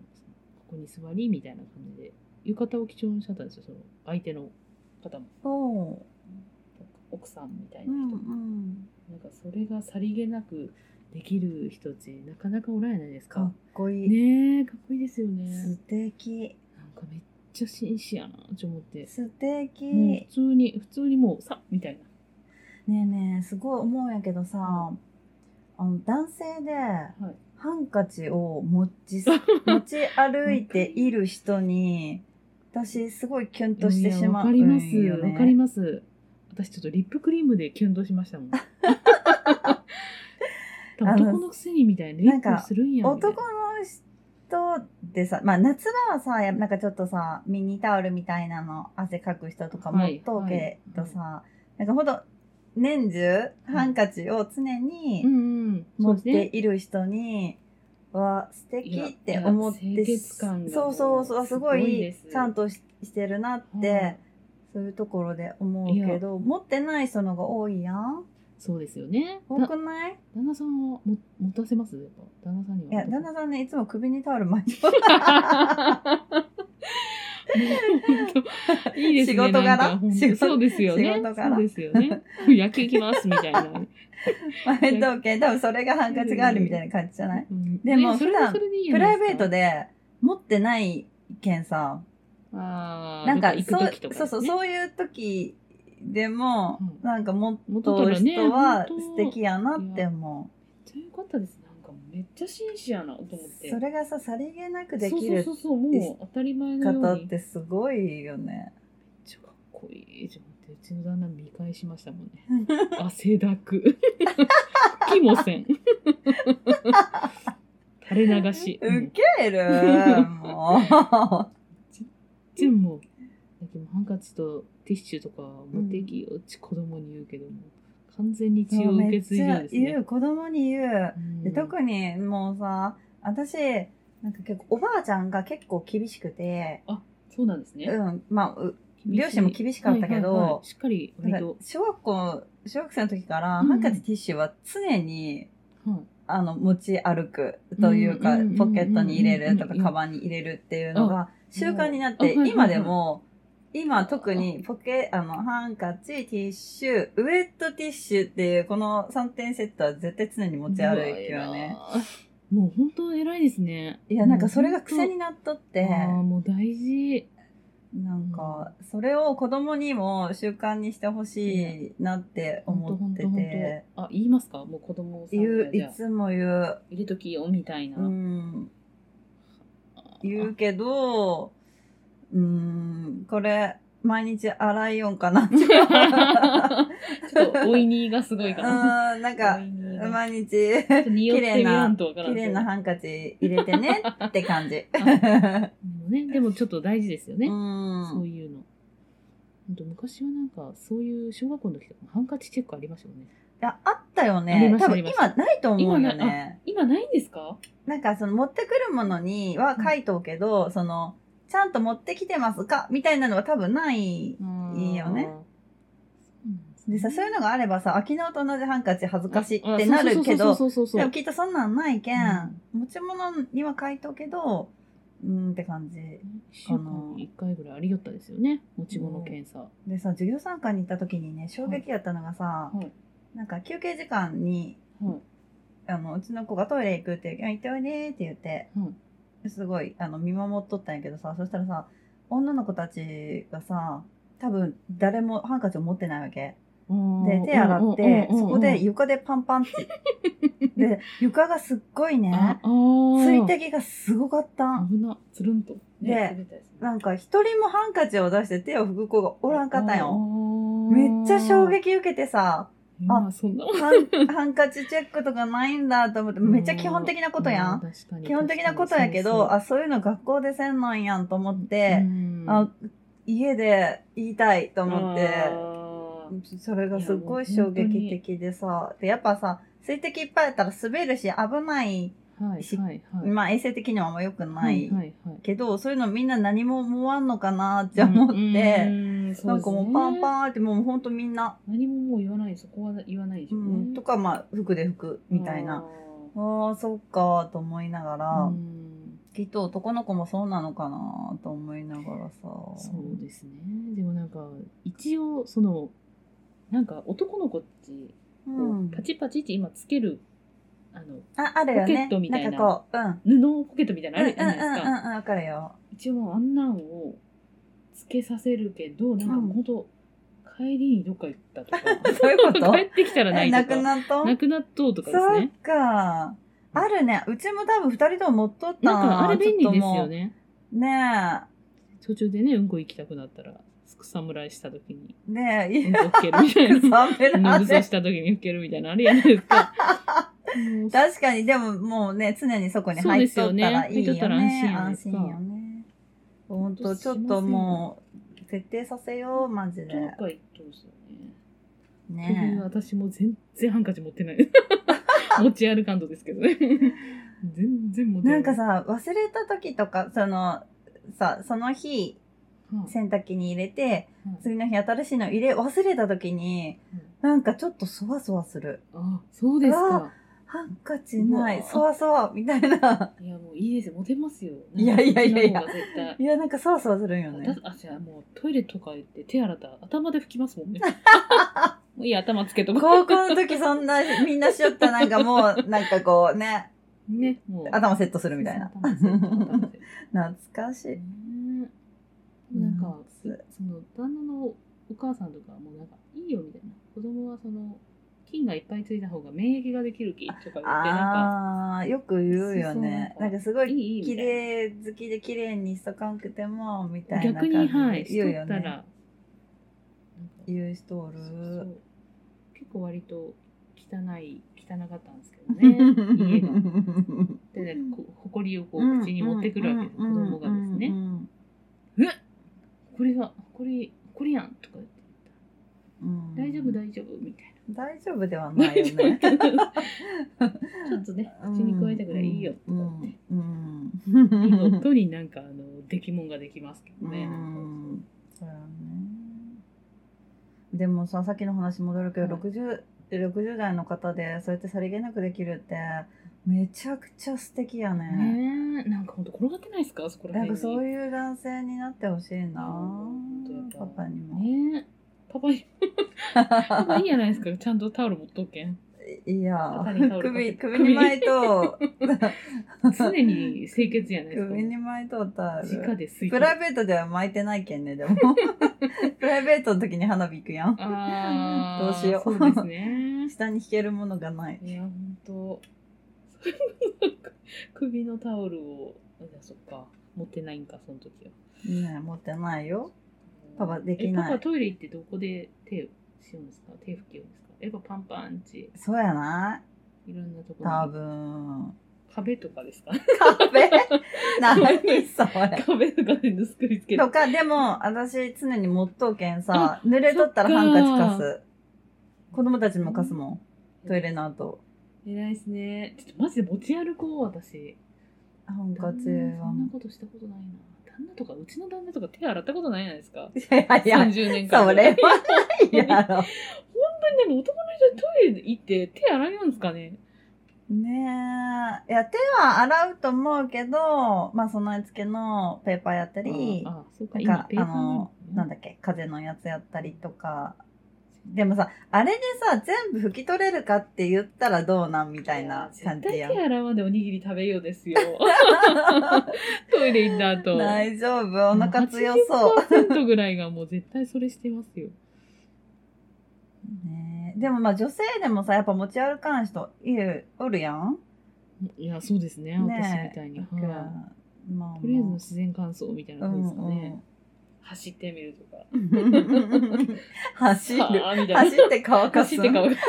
Speaker 3: ここに座りみたいな感じで、浴衣を基調にしちゃったんですよ、その相手の方も。
Speaker 4: おう。
Speaker 3: なんか奥さんみたいうなん人。
Speaker 4: うん。
Speaker 3: なんかそれがさりげなくできる人ってなかなかおらんやないです
Speaker 4: か
Speaker 3: か
Speaker 4: っ。こいい。
Speaker 3: ねえ、かっこいいですよ
Speaker 4: 素
Speaker 3: ね。
Speaker 4: 敵。
Speaker 3: なんかめっちゃ紳士やなと思って。
Speaker 4: 素敵。
Speaker 3: もう
Speaker 4: ね
Speaker 3: 普通に、普通にもうさ、みたいな。
Speaker 4: えねえ、すごい思うんやけどさ、あの、男性で、
Speaker 3: はい。
Speaker 4: ハンカチを持ち
Speaker 3: (laughs)
Speaker 4: す、持ち歩いている人に、私すごいキュンとしてしまう
Speaker 3: い
Speaker 4: ん
Speaker 3: や
Speaker 4: よ
Speaker 3: いや
Speaker 4: ね。
Speaker 3: わかります。わかります。私ちょっとリップクリームでキュンとしま
Speaker 4: (laughs)
Speaker 3: したもん。多分男のくせにみたいな、リ
Speaker 4: なんか
Speaker 3: ップするんやみたい
Speaker 4: 男
Speaker 3: な。
Speaker 4: の人でさ、まあ夏場はさ、やなんかちょっとさ、ミニタオルみたいなの汗かく人とかも
Speaker 3: は
Speaker 4: っ
Speaker 3: い
Speaker 4: とうけどさ、なんかほんと年中ハンカチを常に
Speaker 3: うんうん。そ
Speaker 4: 持
Speaker 3: う
Speaker 4: っ
Speaker 3: ですね
Speaker 4: て。いる人に、は素敵って
Speaker 3: いや
Speaker 4: 思って
Speaker 3: 清潔感が
Speaker 4: そうそうそうすご
Speaker 3: すごい
Speaker 4: い
Speaker 3: です
Speaker 4: ちゃんとししてるなって、
Speaker 3: はい
Speaker 4: そういうところで思うけど持ってない人のが多いやん
Speaker 3: そうですよね。
Speaker 4: 多くない
Speaker 3: 旦那さんはも持たせますやっぱ旦那さんにはい
Speaker 4: や旦那
Speaker 3: さ
Speaker 4: さんねいつも首にタオル巻いて
Speaker 3: んいいですね
Speaker 4: 仕事柄
Speaker 3: なんかほんと
Speaker 4: 仕事
Speaker 3: そうですよね
Speaker 4: 仕事柄
Speaker 3: そうですよね (laughs) 野球行きますみた
Speaker 4: (laughs)
Speaker 3: いな、
Speaker 4: 巻いとけ多分それがハンカチがあるみたいな感じじゃない
Speaker 3: うん
Speaker 4: でも
Speaker 3: ねそれはそれでいいじ
Speaker 4: プ
Speaker 3: ゃな
Speaker 4: ラ
Speaker 3: い
Speaker 4: イベート
Speaker 3: で
Speaker 4: で持ってないけんさ
Speaker 3: すかあー
Speaker 4: なんか
Speaker 3: どっ
Speaker 4: そ
Speaker 3: か行
Speaker 4: う
Speaker 3: く時とか、ね、
Speaker 4: そうそうそういう時でも、
Speaker 3: うん
Speaker 4: なんか持っ
Speaker 3: 持っと
Speaker 4: と
Speaker 3: った
Speaker 4: る
Speaker 3: らね
Speaker 4: 人は
Speaker 3: ほんと
Speaker 4: 素敵やなって思
Speaker 3: めっちゃよかったですなんかもうめっちゃ紳士やなと思
Speaker 4: う、
Speaker 3: って
Speaker 4: それがささりげなくできる
Speaker 3: そうそうそうそうもう当たり前のように
Speaker 4: 方っ
Speaker 3: めって
Speaker 4: すごいよね
Speaker 3: ちゃかっこいいじゃんってうちの旦那見返しましたもんね汗だく気もせん垂れ流し、うん
Speaker 4: ウケるも
Speaker 3: 全部もうだけどハンカチとティッシュとか持ってきようち子供に言うけども完全に
Speaker 4: う
Speaker 3: 血を
Speaker 4: め
Speaker 3: 受
Speaker 4: っ
Speaker 3: け継い
Speaker 4: ち
Speaker 3: で
Speaker 4: ゃ
Speaker 3: るんです
Speaker 4: 言
Speaker 3: ね
Speaker 4: う。子供に言う
Speaker 3: うん
Speaker 4: で特にもうさ私なんか結構おばあちゃんが結構厳しくて、
Speaker 3: そうなんです
Speaker 4: う
Speaker 3: ね。
Speaker 4: ん、まあ、う
Speaker 3: 厳しい
Speaker 4: 両親も厳しかったけど
Speaker 3: はいはいはいしっかり割
Speaker 4: なん
Speaker 3: と
Speaker 4: か、小学校、小学生の時から、
Speaker 3: うん
Speaker 4: ハンカチティッシュは常に、
Speaker 3: はい
Speaker 4: あの、持ち歩くというか
Speaker 3: うんうんうんうん、
Speaker 4: ポケットに入れるとか、
Speaker 3: うんうん
Speaker 4: カバンに入れるっていうのが習慣になっ
Speaker 3: あは
Speaker 4: て、
Speaker 3: いはいはい
Speaker 4: 今でも、今特にポケ、あの、ハンカチ、ティッシュ、ウェットティッシュっていう、この3点セットは絶対常に持ち歩いてよね。。
Speaker 3: もう本当偉いですね。
Speaker 4: いや、なんかそれが癖に
Speaker 3: っ
Speaker 4: なっとって、
Speaker 3: ああ、もう大事。
Speaker 4: なんか、それを子供にも習慣にしてほしいなって思って
Speaker 3: ほんとほん
Speaker 4: て、
Speaker 3: とほんとあ、言いますかもう子供さん
Speaker 4: 言う
Speaker 3: が、じゃ
Speaker 4: い
Speaker 3: あ
Speaker 4: つも言う。
Speaker 3: 入れときよみたいな。 (laughs)
Speaker 4: うん、
Speaker 3: あ
Speaker 4: 言うけど、うん、これ、毎日洗いよんかなって。うん、
Speaker 3: ちょっと、おいにがすごいかな。
Speaker 4: なんか
Speaker 3: おい、にが
Speaker 4: 毎日、
Speaker 3: ちょっと匂ってみらんとわからん
Speaker 4: 綺
Speaker 3: けど
Speaker 4: 麗なハンカチ入れてねって感じ。
Speaker 3: でもね、でもちょっと大事ですよね。
Speaker 4: うん
Speaker 3: そういうの。ほんと昔はなんか、そういう小学校の時とかもハンカチチェックありましたよね。
Speaker 4: いやあったよ
Speaker 3: あり
Speaker 4: ね。
Speaker 3: まし
Speaker 4: 多
Speaker 3: た
Speaker 4: 分今ないと思うよ
Speaker 3: 今な
Speaker 4: ね。
Speaker 3: 今ないんですか
Speaker 4: なんかその持ってくるものには書いとうけど、その、ちゃんと持ってきてますかみたいなのは多分ない。いいよね。でさ、そういうのがあればさ、あ昨日と同じハンカチ恥ずかしいってなるけど、
Speaker 3: そうそうそうそうそうそう
Speaker 4: で
Speaker 3: そう
Speaker 4: もきっとそんなんないけん、
Speaker 3: うん
Speaker 4: 持ち物には書いとうけどうんって感じ
Speaker 3: 一週間に一回ぐらいありよったですよね。持ち物検査。
Speaker 4: でさ授業参観に行った時にね衝撃やったのがさ、
Speaker 3: はい
Speaker 4: なんか休憩時間に
Speaker 3: はい。
Speaker 4: あのうちの子がトイレ行くって言うけん行っておいでーって言って
Speaker 3: はい。
Speaker 4: すごいあの見守っとったんやけどさそしたらさ女の子たちがさ多分誰もハンカチを持ってないわけで手洗ってそこで
Speaker 3: い
Speaker 4: 床でパンパンってで床がすっごいね水
Speaker 3: 水。
Speaker 4: 滴がすごかったん
Speaker 3: 危な、つるんと。
Speaker 4: でなんか一人もハンカチを出して手を拭く子がおらんかったんよ。
Speaker 3: よ
Speaker 4: めっちゃ衝。撃受けてさ、
Speaker 3: あ、そんな
Speaker 4: ハン (laughs) ハンカチチェックとかないんだと思って、めっちゃ基本的なことや
Speaker 3: うん
Speaker 4: ん。
Speaker 3: 確かに
Speaker 4: 基本的なことやけど、あ、そういうの学校でせんなんやんと思っ
Speaker 3: そうそう
Speaker 4: て、
Speaker 3: うん
Speaker 4: あ、家で言いたいと
Speaker 3: と
Speaker 4: 思って、それがすっごい衝撃的でさ、で、やっぱさ、水滴いっぱいあったら滑るし危ない、
Speaker 3: はいはいはい。
Speaker 4: まあ衛生的にはあんま良くない
Speaker 3: はいはい。
Speaker 4: けど、そういうのみんな何も思わんのかな (laughs) って思って、なんかもうパン
Speaker 3: ン。
Speaker 4: パンってもうほんとみんな、
Speaker 3: 何ももう言わない、そこは言わないでし
Speaker 4: う
Speaker 3: ょ。
Speaker 4: ん、とかまあ服で服みたいな。あーそっかと思いながら、
Speaker 3: あー。うん
Speaker 4: きっと男の子もそうなのかなと思いながらさ。
Speaker 3: そうですね。でもなんか、一応、その、なんか男の子って、
Speaker 4: う
Speaker 3: こうんパチパチって今つける、あの、
Speaker 4: あ、あるよね。
Speaker 3: ポケットみたいなん
Speaker 4: かこう、うん。
Speaker 3: 布ポケットみたいなのあるじゃないです
Speaker 4: うんうんうん
Speaker 3: か。
Speaker 4: うん、わかるよ。
Speaker 3: (laughs) 一応あんなんをつけさせるけど、なんか
Speaker 4: うん
Speaker 3: 本当、帰りにどっか行ったとか、
Speaker 4: そういうこと
Speaker 3: 帰ってきたらな
Speaker 4: え、
Speaker 3: い
Speaker 4: な
Speaker 3: と
Speaker 4: く
Speaker 3: か、
Speaker 4: なった
Speaker 3: なくなっとうとかです
Speaker 4: そ
Speaker 3: ね
Speaker 4: う。か。あるね。うちも多分二人とも持っとった
Speaker 3: なんかあれ便利ですよ
Speaker 4: ね。
Speaker 3: ね。
Speaker 4: ね
Speaker 3: 途中でね、うんこ行きたくなったら、草むらいした時に、
Speaker 4: え。ねえ、い
Speaker 3: うん
Speaker 4: や、
Speaker 3: こ吹
Speaker 4: (laughs)
Speaker 3: けるみたいな。
Speaker 4: 草め
Speaker 3: うんこ
Speaker 4: ら
Speaker 3: ぐそ
Speaker 4: ね。
Speaker 3: した時に吹けるみたいな、あれやないです
Speaker 4: (laughs)
Speaker 3: か。もう
Speaker 4: 確かに、でももうね、常にそこに入っとったらいいよ
Speaker 3: そうですよね入っとったら安心
Speaker 4: ね。
Speaker 3: やないで
Speaker 4: 安
Speaker 3: すか
Speaker 4: 心よね。ほんと、ちょっともう、徹底させよう、マジで。
Speaker 3: どっか行っとうですよね。とい
Speaker 4: ね
Speaker 3: う私も全然ハンカチ持っ
Speaker 4: (laughs)
Speaker 3: てない。持ち歩かんとですけどね。全然持
Speaker 4: え。
Speaker 3: てな。
Speaker 4: ないんか、さ、忘れた時とか、その、さ、その日、洗濯機に入れて、次の日新しいの入れ忘れた時に、なんかちょっとそわそわする。
Speaker 3: あ、そうです
Speaker 4: う
Speaker 3: か。
Speaker 4: ハンカチな
Speaker 3: う
Speaker 4: い、
Speaker 3: わ
Speaker 4: そわそわ、みたいな。
Speaker 3: いや、もういいですよ。モテますよ。
Speaker 4: いやいやいやいや
Speaker 3: なんかこっちの方が絶対
Speaker 4: いや、なんかそわそわするんよね
Speaker 3: 私。あ、じゃあもうトイレとか行って手洗ったら頭で拭きますも
Speaker 4: (laughs)
Speaker 3: んね。もういいや、頭つけとこ
Speaker 4: 高校の時そんな、みんなしよったなんかもう、なんかこうね、
Speaker 3: う。ね、もう。
Speaker 4: 頭セットするみたいな。
Speaker 3: 頭つけとこう頭つけとこ
Speaker 4: 懐かし
Speaker 3: う
Speaker 4: い。
Speaker 3: ねなんか、
Speaker 4: うん
Speaker 3: その、旦那のお母さんとかはもうなんか、いいよみたいな。子供はその、菌がいっぱいついた方が免疫ができるきとか言って、なんか、
Speaker 4: あー、よく言うよね。
Speaker 3: そうそう
Speaker 4: なんかすご
Speaker 3: い
Speaker 4: い、
Speaker 3: い、いい、
Speaker 4: 綺
Speaker 3: みたい
Speaker 4: 麗好きで綺麗にしとかんくても、みた
Speaker 3: な。
Speaker 4: いな
Speaker 3: 逆
Speaker 4: 感じ
Speaker 3: に、はい、し
Speaker 4: 言
Speaker 3: と
Speaker 4: う
Speaker 3: っ
Speaker 4: よ
Speaker 3: たら、
Speaker 4: ね。
Speaker 3: なんか
Speaker 4: 言う人おる。
Speaker 3: そうそう結構割と汚い汚かったんですけどね家がでねこう埃をこう口に持ってくるわけです、
Speaker 4: うん
Speaker 3: 子供がですね
Speaker 4: うんうん
Speaker 3: 「えっ埃が埃埃やん」とか言って
Speaker 4: うん
Speaker 3: 「大丈夫大丈夫」みたいな
Speaker 4: 大丈夫では
Speaker 3: 「
Speaker 4: ないよ
Speaker 3: 大丈夫
Speaker 4: ね。
Speaker 3: だけどちょっとね (laughs) 口に加えたぐらいいいよ」と
Speaker 4: う
Speaker 3: か言って
Speaker 4: ん。うん。
Speaker 3: 本当になんかあの出来物ができますけどね、
Speaker 4: うんそうやねでもささっきの話戻るけど、
Speaker 3: はい
Speaker 4: 60 60代の方でそうやってさりげなくできるってめちゃくちゃ素敵やね。
Speaker 3: ねえなんか本当転がってないですかそこら
Speaker 4: なん
Speaker 3: 辺
Speaker 4: か
Speaker 3: に
Speaker 4: そういう男性になってほしいな
Speaker 3: うん。
Speaker 4: パパにも。
Speaker 3: ねえパパいパパいいじゃないですかちゃんとタオル持っとけん
Speaker 4: (laughs) いや
Speaker 3: 肩にタオルかけ
Speaker 4: 首
Speaker 3: て
Speaker 4: 首に巻い
Speaker 3: (laughs)
Speaker 4: と
Speaker 3: 常に清潔じゃないですか。
Speaker 4: 首に巻いとった
Speaker 3: 直で吸い
Speaker 4: プライベートでは巻いてないけんね、でも。
Speaker 3: (laughs)
Speaker 4: プライベートの時に花火行くやん。
Speaker 3: あー
Speaker 4: どうしよう
Speaker 3: そうですね。
Speaker 4: 下に引けるものがない。
Speaker 3: いや、ほんと。 (laughs) 首のタオルを、いや、そっか。持ってないんか、その時は。
Speaker 4: ねえ持ってないよ。パパできない
Speaker 3: えパパトイレ行ってどこで手をしようんですか手拭きようんですかやっぱパンパンち、
Speaker 4: そうやない
Speaker 3: ろんなとこ
Speaker 4: 多
Speaker 3: ろに。
Speaker 4: 分。 (laughs)
Speaker 3: 壁とかですか
Speaker 4: 壁 (laughs) 何それ。
Speaker 3: (laughs) 壁とかでぬすくりつけて
Speaker 4: と。か、でも、私常に持っとうけんさ、濡れとったらハンカチ貸
Speaker 3: そ
Speaker 4: す。子供たちにも貸すもん。トイレの後。
Speaker 3: 偉いですね。ちょっとマジで持ち歩こう、私。
Speaker 4: ハンカチ
Speaker 3: そ
Speaker 4: は
Speaker 3: んなことしたことないな。旦那とか、うちの旦那とか手洗ったことないじゃないですか。
Speaker 4: いやいや、
Speaker 3: 30年間。
Speaker 4: それはないや (laughs) ろ。
Speaker 3: でも男の人トイレ行って手洗いなんですかね
Speaker 4: ねえ。いや、手は洗うと思うけど、まあ、備え付けのペーパーやったり、
Speaker 3: ああ、そうか、
Speaker 4: なん
Speaker 3: 今
Speaker 4: か、
Speaker 3: ペー
Speaker 4: あ
Speaker 3: パー
Speaker 4: の、なんだ
Speaker 3: っ
Speaker 4: っけ、風のやつやったりとか。でもさ、あれでさ、全部拭き取れるかって言ったらどうなんみ
Speaker 3: み
Speaker 4: たいな感じやん
Speaker 3: 手。洗わんでおにぎり食べようで
Speaker 4: (laughs)
Speaker 3: すよ。トイレ行った後。
Speaker 4: 大丈夫、お腹強そう。
Speaker 3: 80%ぐらいがもう絶対それしてますよ。
Speaker 4: ねえでもまあ女性でもさ、やっぱ持ち歩かん人、いる、おるやん
Speaker 3: いや、そうですね、私み
Speaker 4: ね
Speaker 3: たいに。
Speaker 4: だ
Speaker 3: はい
Speaker 4: からまあ
Speaker 3: とりあえずの
Speaker 4: ま
Speaker 3: 自然乾燥みたい
Speaker 4: あ
Speaker 3: な感じですかね。走ってみるとか。
Speaker 4: うんうん。 (laughs) 走る。
Speaker 3: ああ、みたい
Speaker 4: 走
Speaker 3: な。
Speaker 4: って乾かす。
Speaker 3: 走ってか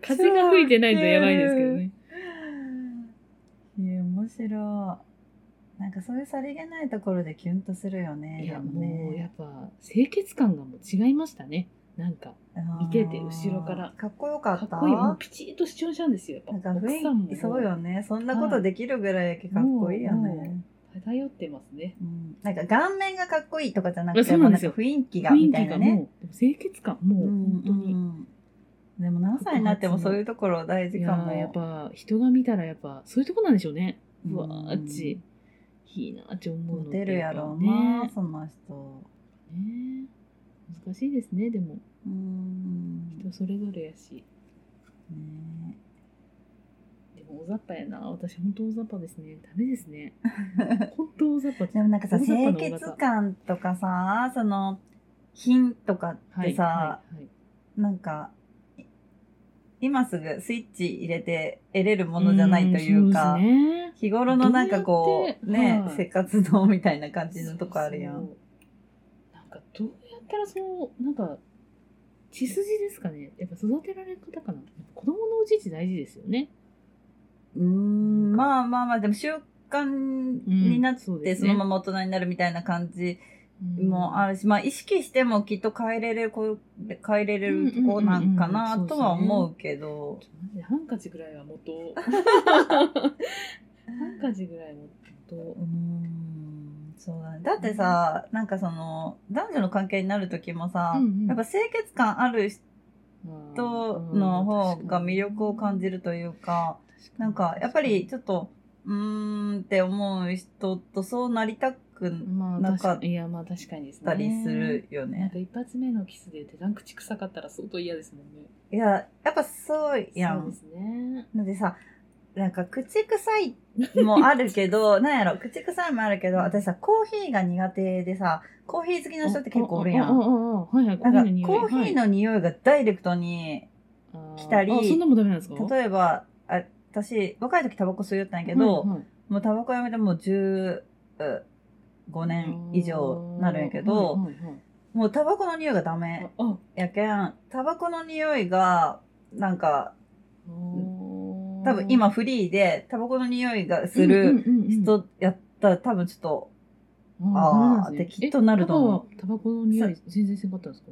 Speaker 3: 風が吹いてないとやばいですけどね。
Speaker 4: いや、面白なんかそういうさりげないところでキュンとするよね。
Speaker 3: いや
Speaker 4: でもね
Speaker 3: もうやっぱ清潔感がもう違いましたねなんか
Speaker 4: あー
Speaker 3: 見てて後ろから
Speaker 4: かっこよか
Speaker 3: か
Speaker 4: った
Speaker 3: っこいいもうピチッとしちゃうんですよや
Speaker 4: な
Speaker 3: っ
Speaker 4: ん
Speaker 3: ぱ
Speaker 4: か雰囲気そうよねそんなことできるぐらいやけかっこいいよ
Speaker 3: はいもうも
Speaker 4: ね、
Speaker 3: 漂ってますね
Speaker 4: うん、なんか顔面がかっこいいとかじゃなく
Speaker 3: そ
Speaker 4: て
Speaker 3: う
Speaker 4: も
Speaker 3: な
Speaker 4: うんな
Speaker 3: で
Speaker 4: ん
Speaker 3: す
Speaker 4: か
Speaker 3: よ
Speaker 4: 雰囲気が
Speaker 3: 雰囲
Speaker 4: みた
Speaker 3: 気
Speaker 4: いな
Speaker 3: が
Speaker 4: ね
Speaker 3: もうでも清潔感もう本当に、
Speaker 4: うんでも何歳になってもそういうところ大事
Speaker 3: い
Speaker 4: か
Speaker 3: や
Speaker 4: も
Speaker 3: ーやっぱ人が見たらやっぱそういうとこなんでしょうね
Speaker 4: うん
Speaker 3: うわーあっちいいなーって思うの
Speaker 4: モ
Speaker 3: って
Speaker 4: テるやろう
Speaker 3: や
Speaker 4: な、
Speaker 3: っぱ
Speaker 4: その人
Speaker 3: ねね難しいですねでも
Speaker 4: うん
Speaker 3: 人それぞれやし
Speaker 4: ね
Speaker 3: でも大雑把やな私本当大雑把ですねダメで
Speaker 4: (laughs)
Speaker 3: すね本当大雑把
Speaker 4: でもなんかさ
Speaker 3: 大雑把
Speaker 4: 清
Speaker 3: の大型
Speaker 4: 潔感とかさその品とかってさ、
Speaker 3: はいはいはい
Speaker 4: なんかい今すぐスイッチ入れて得れるものじゃないというか
Speaker 3: んそうですね
Speaker 4: 日頃のなんかこう
Speaker 3: どうやって
Speaker 4: ね、
Speaker 3: はい
Speaker 4: 生活のみたいな感じのとこあるや。
Speaker 3: そうんそうなんかどうやったらそのなんか血筋ですかねやっぱ育てられる方かなやっぱ子供のうちって大事ですよね
Speaker 4: うーんまあまあまあでも習慣になっ
Speaker 3: そう
Speaker 4: て
Speaker 3: です
Speaker 4: そ
Speaker 3: ね
Speaker 4: のまま大人になるみたいな感じもあるし、まあ意識してもきっと変えれる子変えれるとこなんかな
Speaker 3: うんうんうんうん
Speaker 4: とは思うけど
Speaker 3: ちょっとマジでハンカチぐらいは
Speaker 4: (laughs)
Speaker 3: 元をハンカチぐらいは元
Speaker 4: う
Speaker 3: を
Speaker 4: ーんそうだねだってさなんかその男女の関係になる時もさ、
Speaker 3: うんうん
Speaker 4: やっぱ清潔感ある人の方が魅力を感じ
Speaker 3: る
Speaker 4: るというか。なんかやっぱりちょっとうーんって思う人とそうなりたくな
Speaker 3: まあ
Speaker 4: なんか
Speaker 3: 確かいやまあ確かにです
Speaker 4: ったり
Speaker 3: ね
Speaker 4: するよ
Speaker 3: なん
Speaker 4: ね。
Speaker 3: か一発目のキスで手段口臭かったら相当嫌ですもんね
Speaker 4: いややっぱそうや
Speaker 3: そうんで。すね
Speaker 4: のでさなんか口臭いもあるけ
Speaker 3: (laughs)
Speaker 4: どなんやろ口臭いもあるけど私さコーヒーが苦手でさコーヒー好きな人って結構おるや
Speaker 3: ああああ
Speaker 4: ん。
Speaker 3: あはいはい
Speaker 4: なんかコーヒーの
Speaker 3: の
Speaker 4: 匂いがダイレクトに来たり
Speaker 3: あそんなもんダメなんですか
Speaker 4: 例えばあ私若い時タバコ吸いよったんやけど、
Speaker 3: はいはい
Speaker 4: もうタバコやめてもう15年以上なるんやけど。
Speaker 3: はいはいはい
Speaker 4: もうタバコの匂いがダメ
Speaker 3: ああ
Speaker 4: やけん、タバコの匂いが、なんか、多
Speaker 3: 多
Speaker 4: 分今フリーで、タバコの匂いがする人やったら多分ちょっと、あーってきっとなると思
Speaker 3: う。えタバタバコの匂い全然せんかったんですか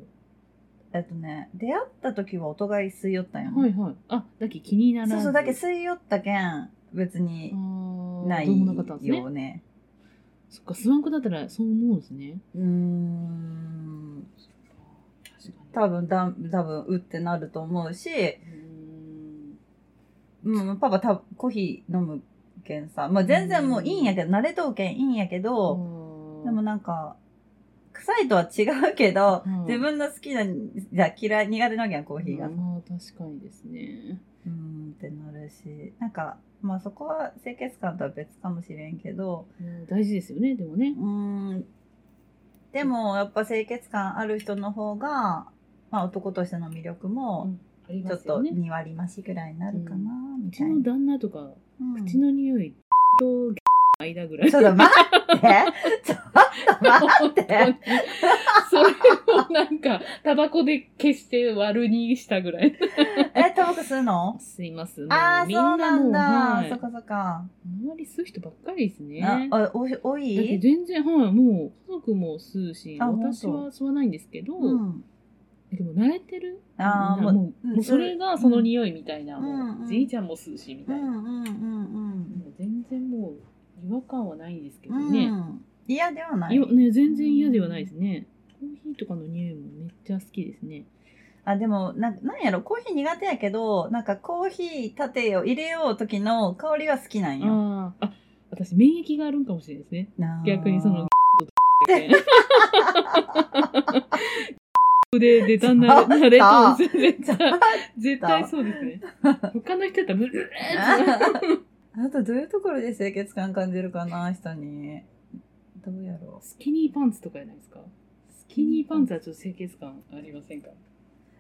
Speaker 4: えっとね、出会った時はお互い吸いよったんよ。
Speaker 3: はいはい。あ、だけ気になら
Speaker 4: そうそう、だけ
Speaker 3: あ
Speaker 4: 吸いよったけん、別に
Speaker 3: ー
Speaker 4: ない
Speaker 3: どうもなかったんですね
Speaker 4: よ。ね。
Speaker 3: そっか、スワンクだったらそう思うんですね。
Speaker 4: うーん、多
Speaker 3: 確か
Speaker 4: 分だ、多分、うってなると思うし、
Speaker 3: に。うーん
Speaker 4: うん、パパたコーヒー飲むけんさ、まあ、全然もういいんやけど、慣れとうけんいいんやけど、でもなんか、臭いとは違うけど、
Speaker 3: うん
Speaker 4: 自分の好きな、じゃあ嫌い、苦手なわけやん、コーヒーが。
Speaker 3: まあ確かにですね。
Speaker 4: うーん、ってなるし、なんか、まあそこは清潔感とは別かもしれんけど、
Speaker 3: うん大事ですよね、でも
Speaker 4: う
Speaker 3: ね。
Speaker 4: ーん、でもやっぱ清潔感ある人の方が、まあ男としての魅力も、
Speaker 3: あり
Speaker 4: ちょ
Speaker 3: ま
Speaker 4: っ
Speaker 3: すよ
Speaker 4: と
Speaker 3: ね。
Speaker 4: 2割増しぐらいになるかな、み
Speaker 3: う
Speaker 4: た
Speaker 3: ち
Speaker 4: いな
Speaker 3: の。旦那とか、
Speaker 4: うん
Speaker 3: 口の匂いと間ぐらい。
Speaker 4: ちょっと待って (laughs) ちょっと待って
Speaker 3: (laughs) それをなんか、タバコで消して割るにしたぐらい。
Speaker 4: え、タバコ吸うの
Speaker 3: すいます。もう
Speaker 4: ああ、
Speaker 3: み
Speaker 4: そうんな
Speaker 3: なも
Speaker 4: ん
Speaker 3: う、
Speaker 4: だ。
Speaker 3: はい、
Speaker 4: そっ
Speaker 3: あ
Speaker 4: かそっか。
Speaker 3: んまり吸う人ばっかりですね。
Speaker 4: ああお多
Speaker 3: だけど
Speaker 4: い
Speaker 3: 全然、はい、もう、家族も吸うし、
Speaker 4: あほんと
Speaker 3: 私は吸わないんですけど、
Speaker 4: うん。
Speaker 3: でも慣れてる。
Speaker 4: あー
Speaker 3: みんな
Speaker 4: もう
Speaker 3: もう、
Speaker 4: うん
Speaker 3: もうそれがその匂いみたいな、
Speaker 4: うん
Speaker 3: も
Speaker 4: う
Speaker 3: う
Speaker 4: ん
Speaker 3: じいちゃんも吸うし、み
Speaker 4: う
Speaker 3: たいな。
Speaker 4: ん
Speaker 3: も
Speaker 4: うんうん
Speaker 3: う全然もう、違和感はないんですけど
Speaker 4: うん。
Speaker 3: ね。
Speaker 4: うん。嫌ではないい
Speaker 3: や。ね、全然嫌ではないですね。コーヒーとかの匂いもめっちゃ好きですね。
Speaker 4: あ、でも、なんなんやろ、コーヒー苦手やけど、なんかコーヒー立てを入れよう時の香りは好きなんよ。
Speaker 3: あーあ、私、免疫があるんかもしれないですね。
Speaker 4: なー
Speaker 3: 逆にその、とで。 (laughs) で出たんだ慣れとんですよ絶対絶対そうですね。他の人だったらブル
Speaker 4: (laughs)
Speaker 3: ーって
Speaker 4: あなたどういうところで清潔感感じるかな、人に。どうやろう。
Speaker 3: スキニーパンツとかじゃないですか。スキニーパンツはちょっと清潔感ありませんか。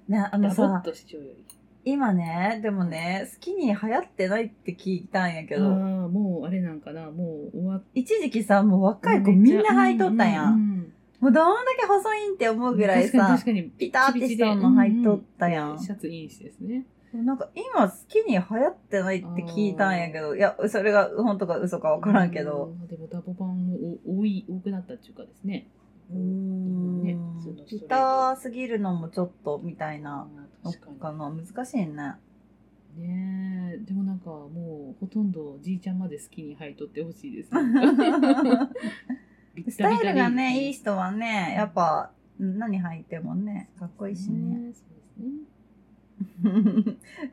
Speaker 4: ね、あの
Speaker 3: ダボっ
Speaker 4: さ、
Speaker 3: としちゃうより。
Speaker 4: 今ね、でもね、スキニー流行ってないって聞いたんやけ
Speaker 3: ああ
Speaker 4: ど、
Speaker 3: ーもうあれなんかなもう終わっ
Speaker 4: 一時期さ、もう若い子みんな履いとったや。
Speaker 3: うんんうん
Speaker 4: もうどんだけ細いんって思
Speaker 3: う
Speaker 4: うんぐらいさ
Speaker 3: 確、かに確かに
Speaker 4: ピタってしたの履いとったやん
Speaker 3: シャツインしてですね。
Speaker 5: なんか今好きに流行ってないって聞いたんやけど、いや、それが本当か嘘かわからんけど。
Speaker 3: うん。でもダボ版もお多い、多くなったっていうかですね。
Speaker 5: うーん
Speaker 3: ね普通のストレート
Speaker 5: ギターすぎるのもちょっとみたいな
Speaker 3: あ
Speaker 5: の
Speaker 3: ー確か
Speaker 5: かな難しいね
Speaker 3: に。ねえでもなんかもうほとんどじいちゃんまで好きに履いとってほし
Speaker 5: (laughs)
Speaker 3: いです。
Speaker 5: スタイルがねいい
Speaker 3: し
Speaker 5: 人はねやっぱうん何履いてもねかっこいいし
Speaker 4: (laughs)
Speaker 5: ね。
Speaker 3: そうですね。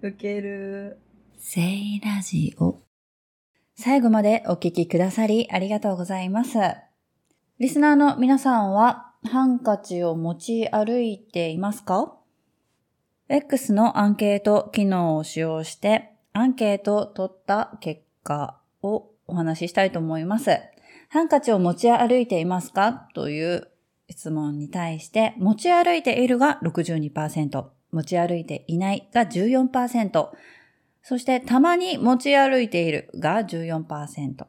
Speaker 5: ウケる
Speaker 2: セイラジオ。
Speaker 4: 最後までお聞きくださりありがとうございます。リスナーの皆さんはハンカチを持ち歩いていますか ?X のアンケート機能を使用してアンケートを取った結果をお話ししたいと思います。ハンカチを持ち歩いていますかという質問に対して持ち歩いているが62%、持ち歩いていないが14%、そして、たまに持ち歩いているが14%。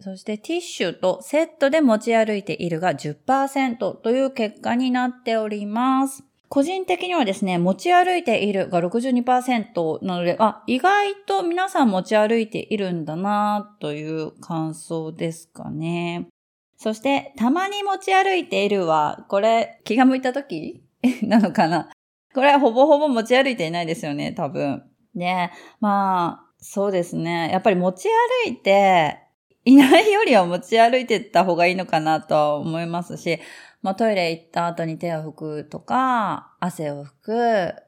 Speaker 4: そして、ティッシュとセットで持ち歩いているが10%という結果になっております。個人的にはですね、持ち歩いているが62%なので、あ、意外と皆さん持ち歩いているんだなという感想ですかね。そして、たまに持ち歩いているは、これ、気が向いた時 (laughs) なのかなこれはほぼほぼ持ち歩いていないですよね、多分。ねまあ、そうですね。やっぱり持ち歩いて、いないよりは持ち歩いてった方がいいのかなとは思いますし、まあトイレ行った後に手を拭くとか、汗を拭く、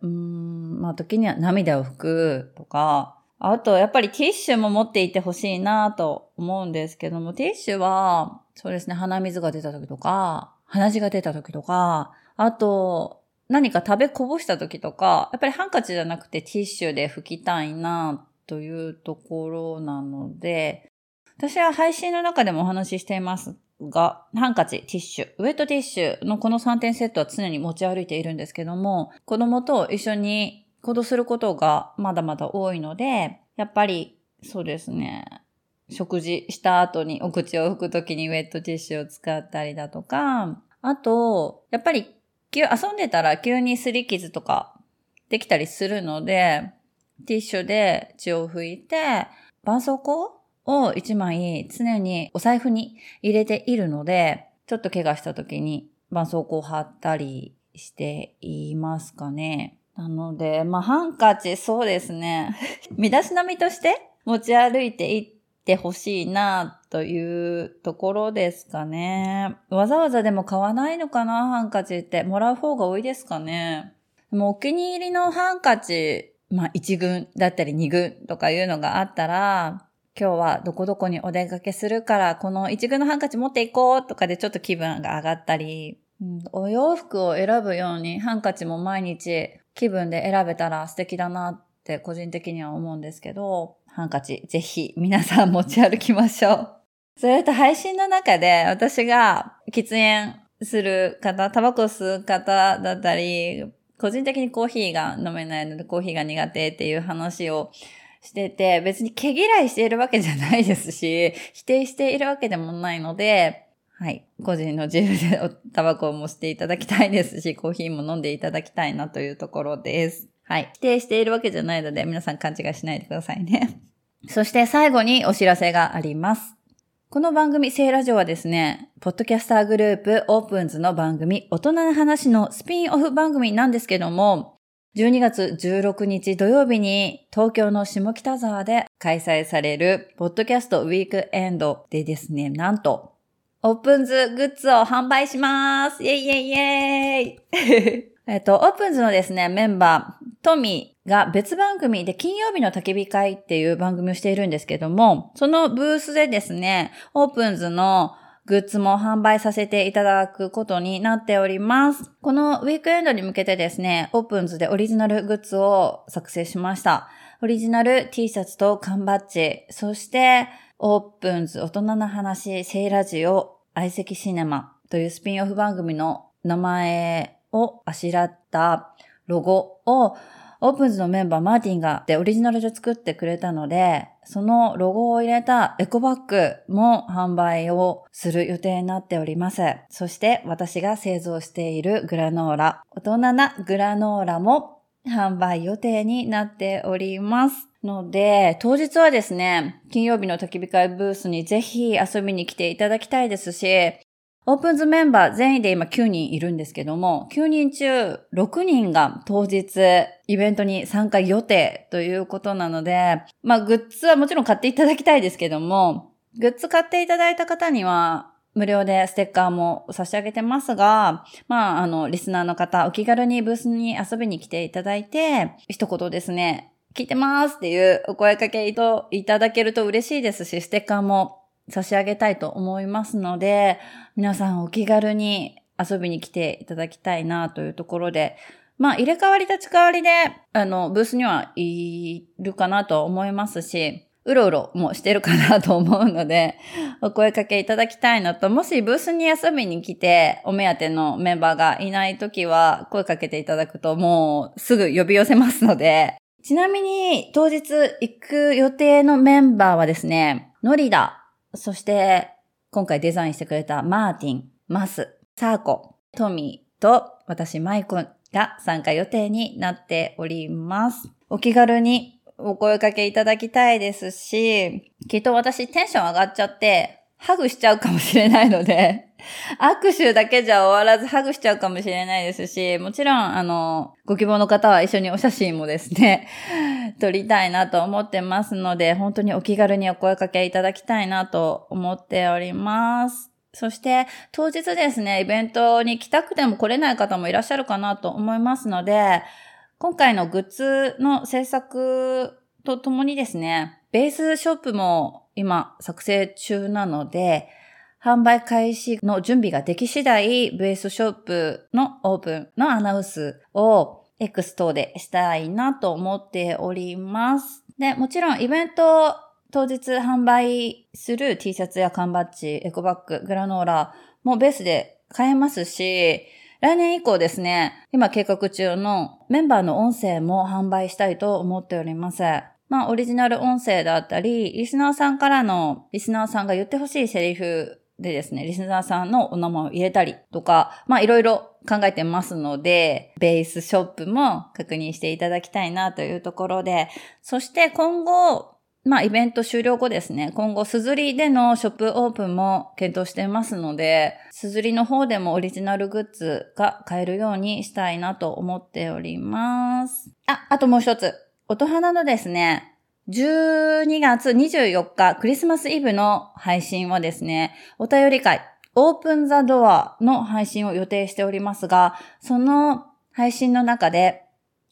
Speaker 4: うーん、まあ時には涙を拭くとか、あとやっぱりティッシュも持っていてほしいなと思うんですけども、ティッシュは、そうですね、鼻水が出た時とか、鼻血が出た時とか、あと、何か食べこぼした時とか、やっぱりハンカチじゃなくてティッシュで拭きたいなというところなので、私は配信の中でもお話ししていますが、ハンカチ、ティッシュ、ウェットティッシュのこの3点セットは常に持ち歩いているんですけども、子供と一緒に行動することがまだまだ多いので、やっぱりそうですね、食事した後にお口を拭く時にウェットティッシュを使ったりだとか、あと、やっぱり急、遊んでたら急に擦り傷とかできたりするので、ティッシュで血を拭いて、絆創膏を一枚常にお財布に入れているので、ちょっと怪我した時に絆創膏を貼ったりしていますかね。なので、まあ、ハンカチ、そうですね。 (laughs) 身だしなみとして持ち歩いていってほしいなというところですかね。わざわざでも買わないのかな、ハンカチって。もらう方が多いですかね。でもお気に入りのハンカチ、まあ1軍だったり2軍とかいうのがあったら、今日はどこどこにお出かけするから、この1軍のハンカチ持っていこうとかでちょっと気分が上がったり、うんお洋服を選ぶようにハンカチも毎日気分で選べたら素敵だなって個人的には思うんですけど、ハンカチぜひ皆さん持ち歩きましょう。 (laughs) それと配信の中で私が喫煙する方、タバコ吸う方だったり、個人的にコーヒーが飲めないのでコーヒーが苦手っていう話をしてて、別に毛嫌いしているわけじゃないですし、 (laughs) 否定しているわけでもないので、はい。個人の自由でおタバコもしていただきたいですし、コーヒーも飲んでいただきたいなというところです。はい。否定しているわけじゃないので、皆さん勘違いしないでくださいね。 (laughs) そして最後にお知らせがあります。この番組、セイラジオはですね、ポッドキャスターグループ、オープンズの番組、大人の話のスピンオフ番組なんですけども、12月16日土曜日に東京の下北沢で開催される、ポッドキャストウィークエンドでですね、なんと、オープンズグッズを販売しますイェイイェイイ (laughs) ェイえっと、オープンズのですね、メンバー、トミーが別番組で金曜日の焚き火会っていう番組をしているんですけども、そのブースでですね、オープンズのグッズも販売させていただくことになっております。このウィークエンドに向けてですね、オープンズでオリジナルグッズを作成しました。オリジナル T シャツと缶バッジ、そして、オープンズ大人の話、セイラジオ、相席シネマというスピンオフ番組の名前をあしらったロゴをオープンズのメンバーマーティンがでオリジナルで作ってくれたので、そのロゴを入れたエコバッグも販売をする予定になっております。そして私が製造しているグラノーラ、大人なグラノーラも販売予定になっております。ので、当日はですね、金曜日の焚き火会ブースにぜひ遊びに来ていただきたいですし、オープンズメンバー全員で今9人いるんですけども、9人中6人が当日イベントに参加予定ということなので、まあグッズはもちろん買っていただきたいですけども、グッズ買っていただいた方には無料でステッカーも差し上げてますが、まああの、リスナーの方お気軽にブースに遊びに来ていただいて、一言ですね、聞いてますっていうお声かけいただけると嬉しいですし、ステッカーも差し上げたいと思いますので、皆さんお気軽に遊びに来ていただきたいなというところで、まあ入れ替わり立ち替わりで、あの、ブースにはいるかなと思いますし、うろうろもしてるかなと思うので、お声かけいただきたいのと、もしブースに遊びに来て、お目当てのメンバーがいないときは、声かけていただくともうすぐ呼び寄せますので、ちなみに当日行く予定のメンバーはですね、ノリダ、そして、今回デザインしてくれたマーティン、マス、サーコ、トミーと私、マイコが参加予定になっております。お気軽にお声掛けいただきたいですし、きっと私テンション上がっちゃって、ハグしちゃうかもしれないので、 (laughs) 握手だけじゃ終わらずハグしちゃうかもしれないですし、もちろん、あの、ご希望の方は一緒にお写真もですね、 (laughs) 撮りたいなと思ってますので、本当にお気軽にお声掛けいただきたいなと思っております。そして、当日ですね、イベントに来たくても来れない方もいらっしゃるかなと思いますので、今回のグッズの制作とともにですね、ベースショップも今作成中なので、販売開始の準備ができ次第、ベースショップのオープンのアナウンスを X 等でしたいなと思っております。で、もちろんイベント当日販売する T シャツや缶バッジ、エコバッグ、グラノーラもベースで買えますし、来年以降ですね、今計画中のメンバーの音声も販売したいと思っております。まあ、オリジナル音声だったり、リスナーさんからの、リスナーさんが言ってほしいセリフでですね、リスナーさんのお名前を入れたりとか、まあ、いろいろ考えてますので、ベースショップも確認していただきたいなというところで、そして今後、まあ、イベント終了後ですね、今後、すずりでのショップオープンも検討していますので、すずりの方でもオリジナルグッズが買えるようにしたいなと思っております。あ、あともう一つ。音花のですね、12月24日クリスマスイブの配信はですね、お便り会、オープンザドアの配信を予定しておりますが、その配信の中で、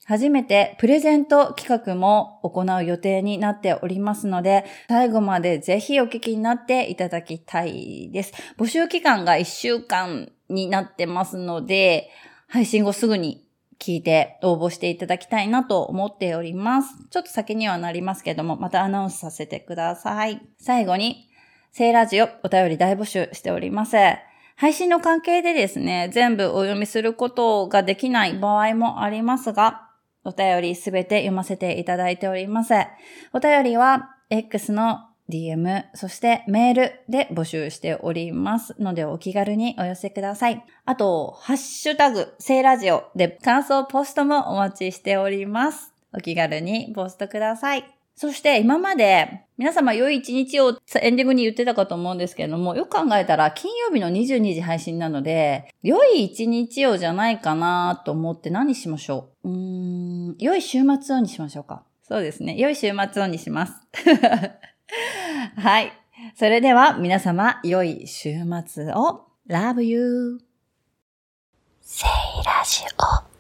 Speaker 4: 初めてプレゼント企画も行う予定になっておりますので、最後までぜひお聞きになっていただきたいです。募集期間が1週間になってますので、配信後すぐに聞いて応募していただきたいなと思っております。ちょっと先にはなりますけども、またアナウンスさせてください。最後に、聖ラジオお便り大募集しております。配信の関係でですね、全部お読みすることができない場合もありますが、お便りすべて読ませていただいております。お便りは X の DM、そしてメールで募集しておりますのでお気軽にお寄せください。あと、ハッシュタグ、聖ラジオで感想ポストもお待ちしております。お気軽にポストください。そして今まで皆様良い一日をエンディングに言ってたかと思うんですけれども、よく考えたら金曜日の22時配信なので、良い一日をじゃないかなと思って何しましょううーん、良い週末をにしましょうか。そうですね。良い週末をにします。 (laughs) はい。それでは皆様良い週末を。Love you!
Speaker 2: セイラジオ。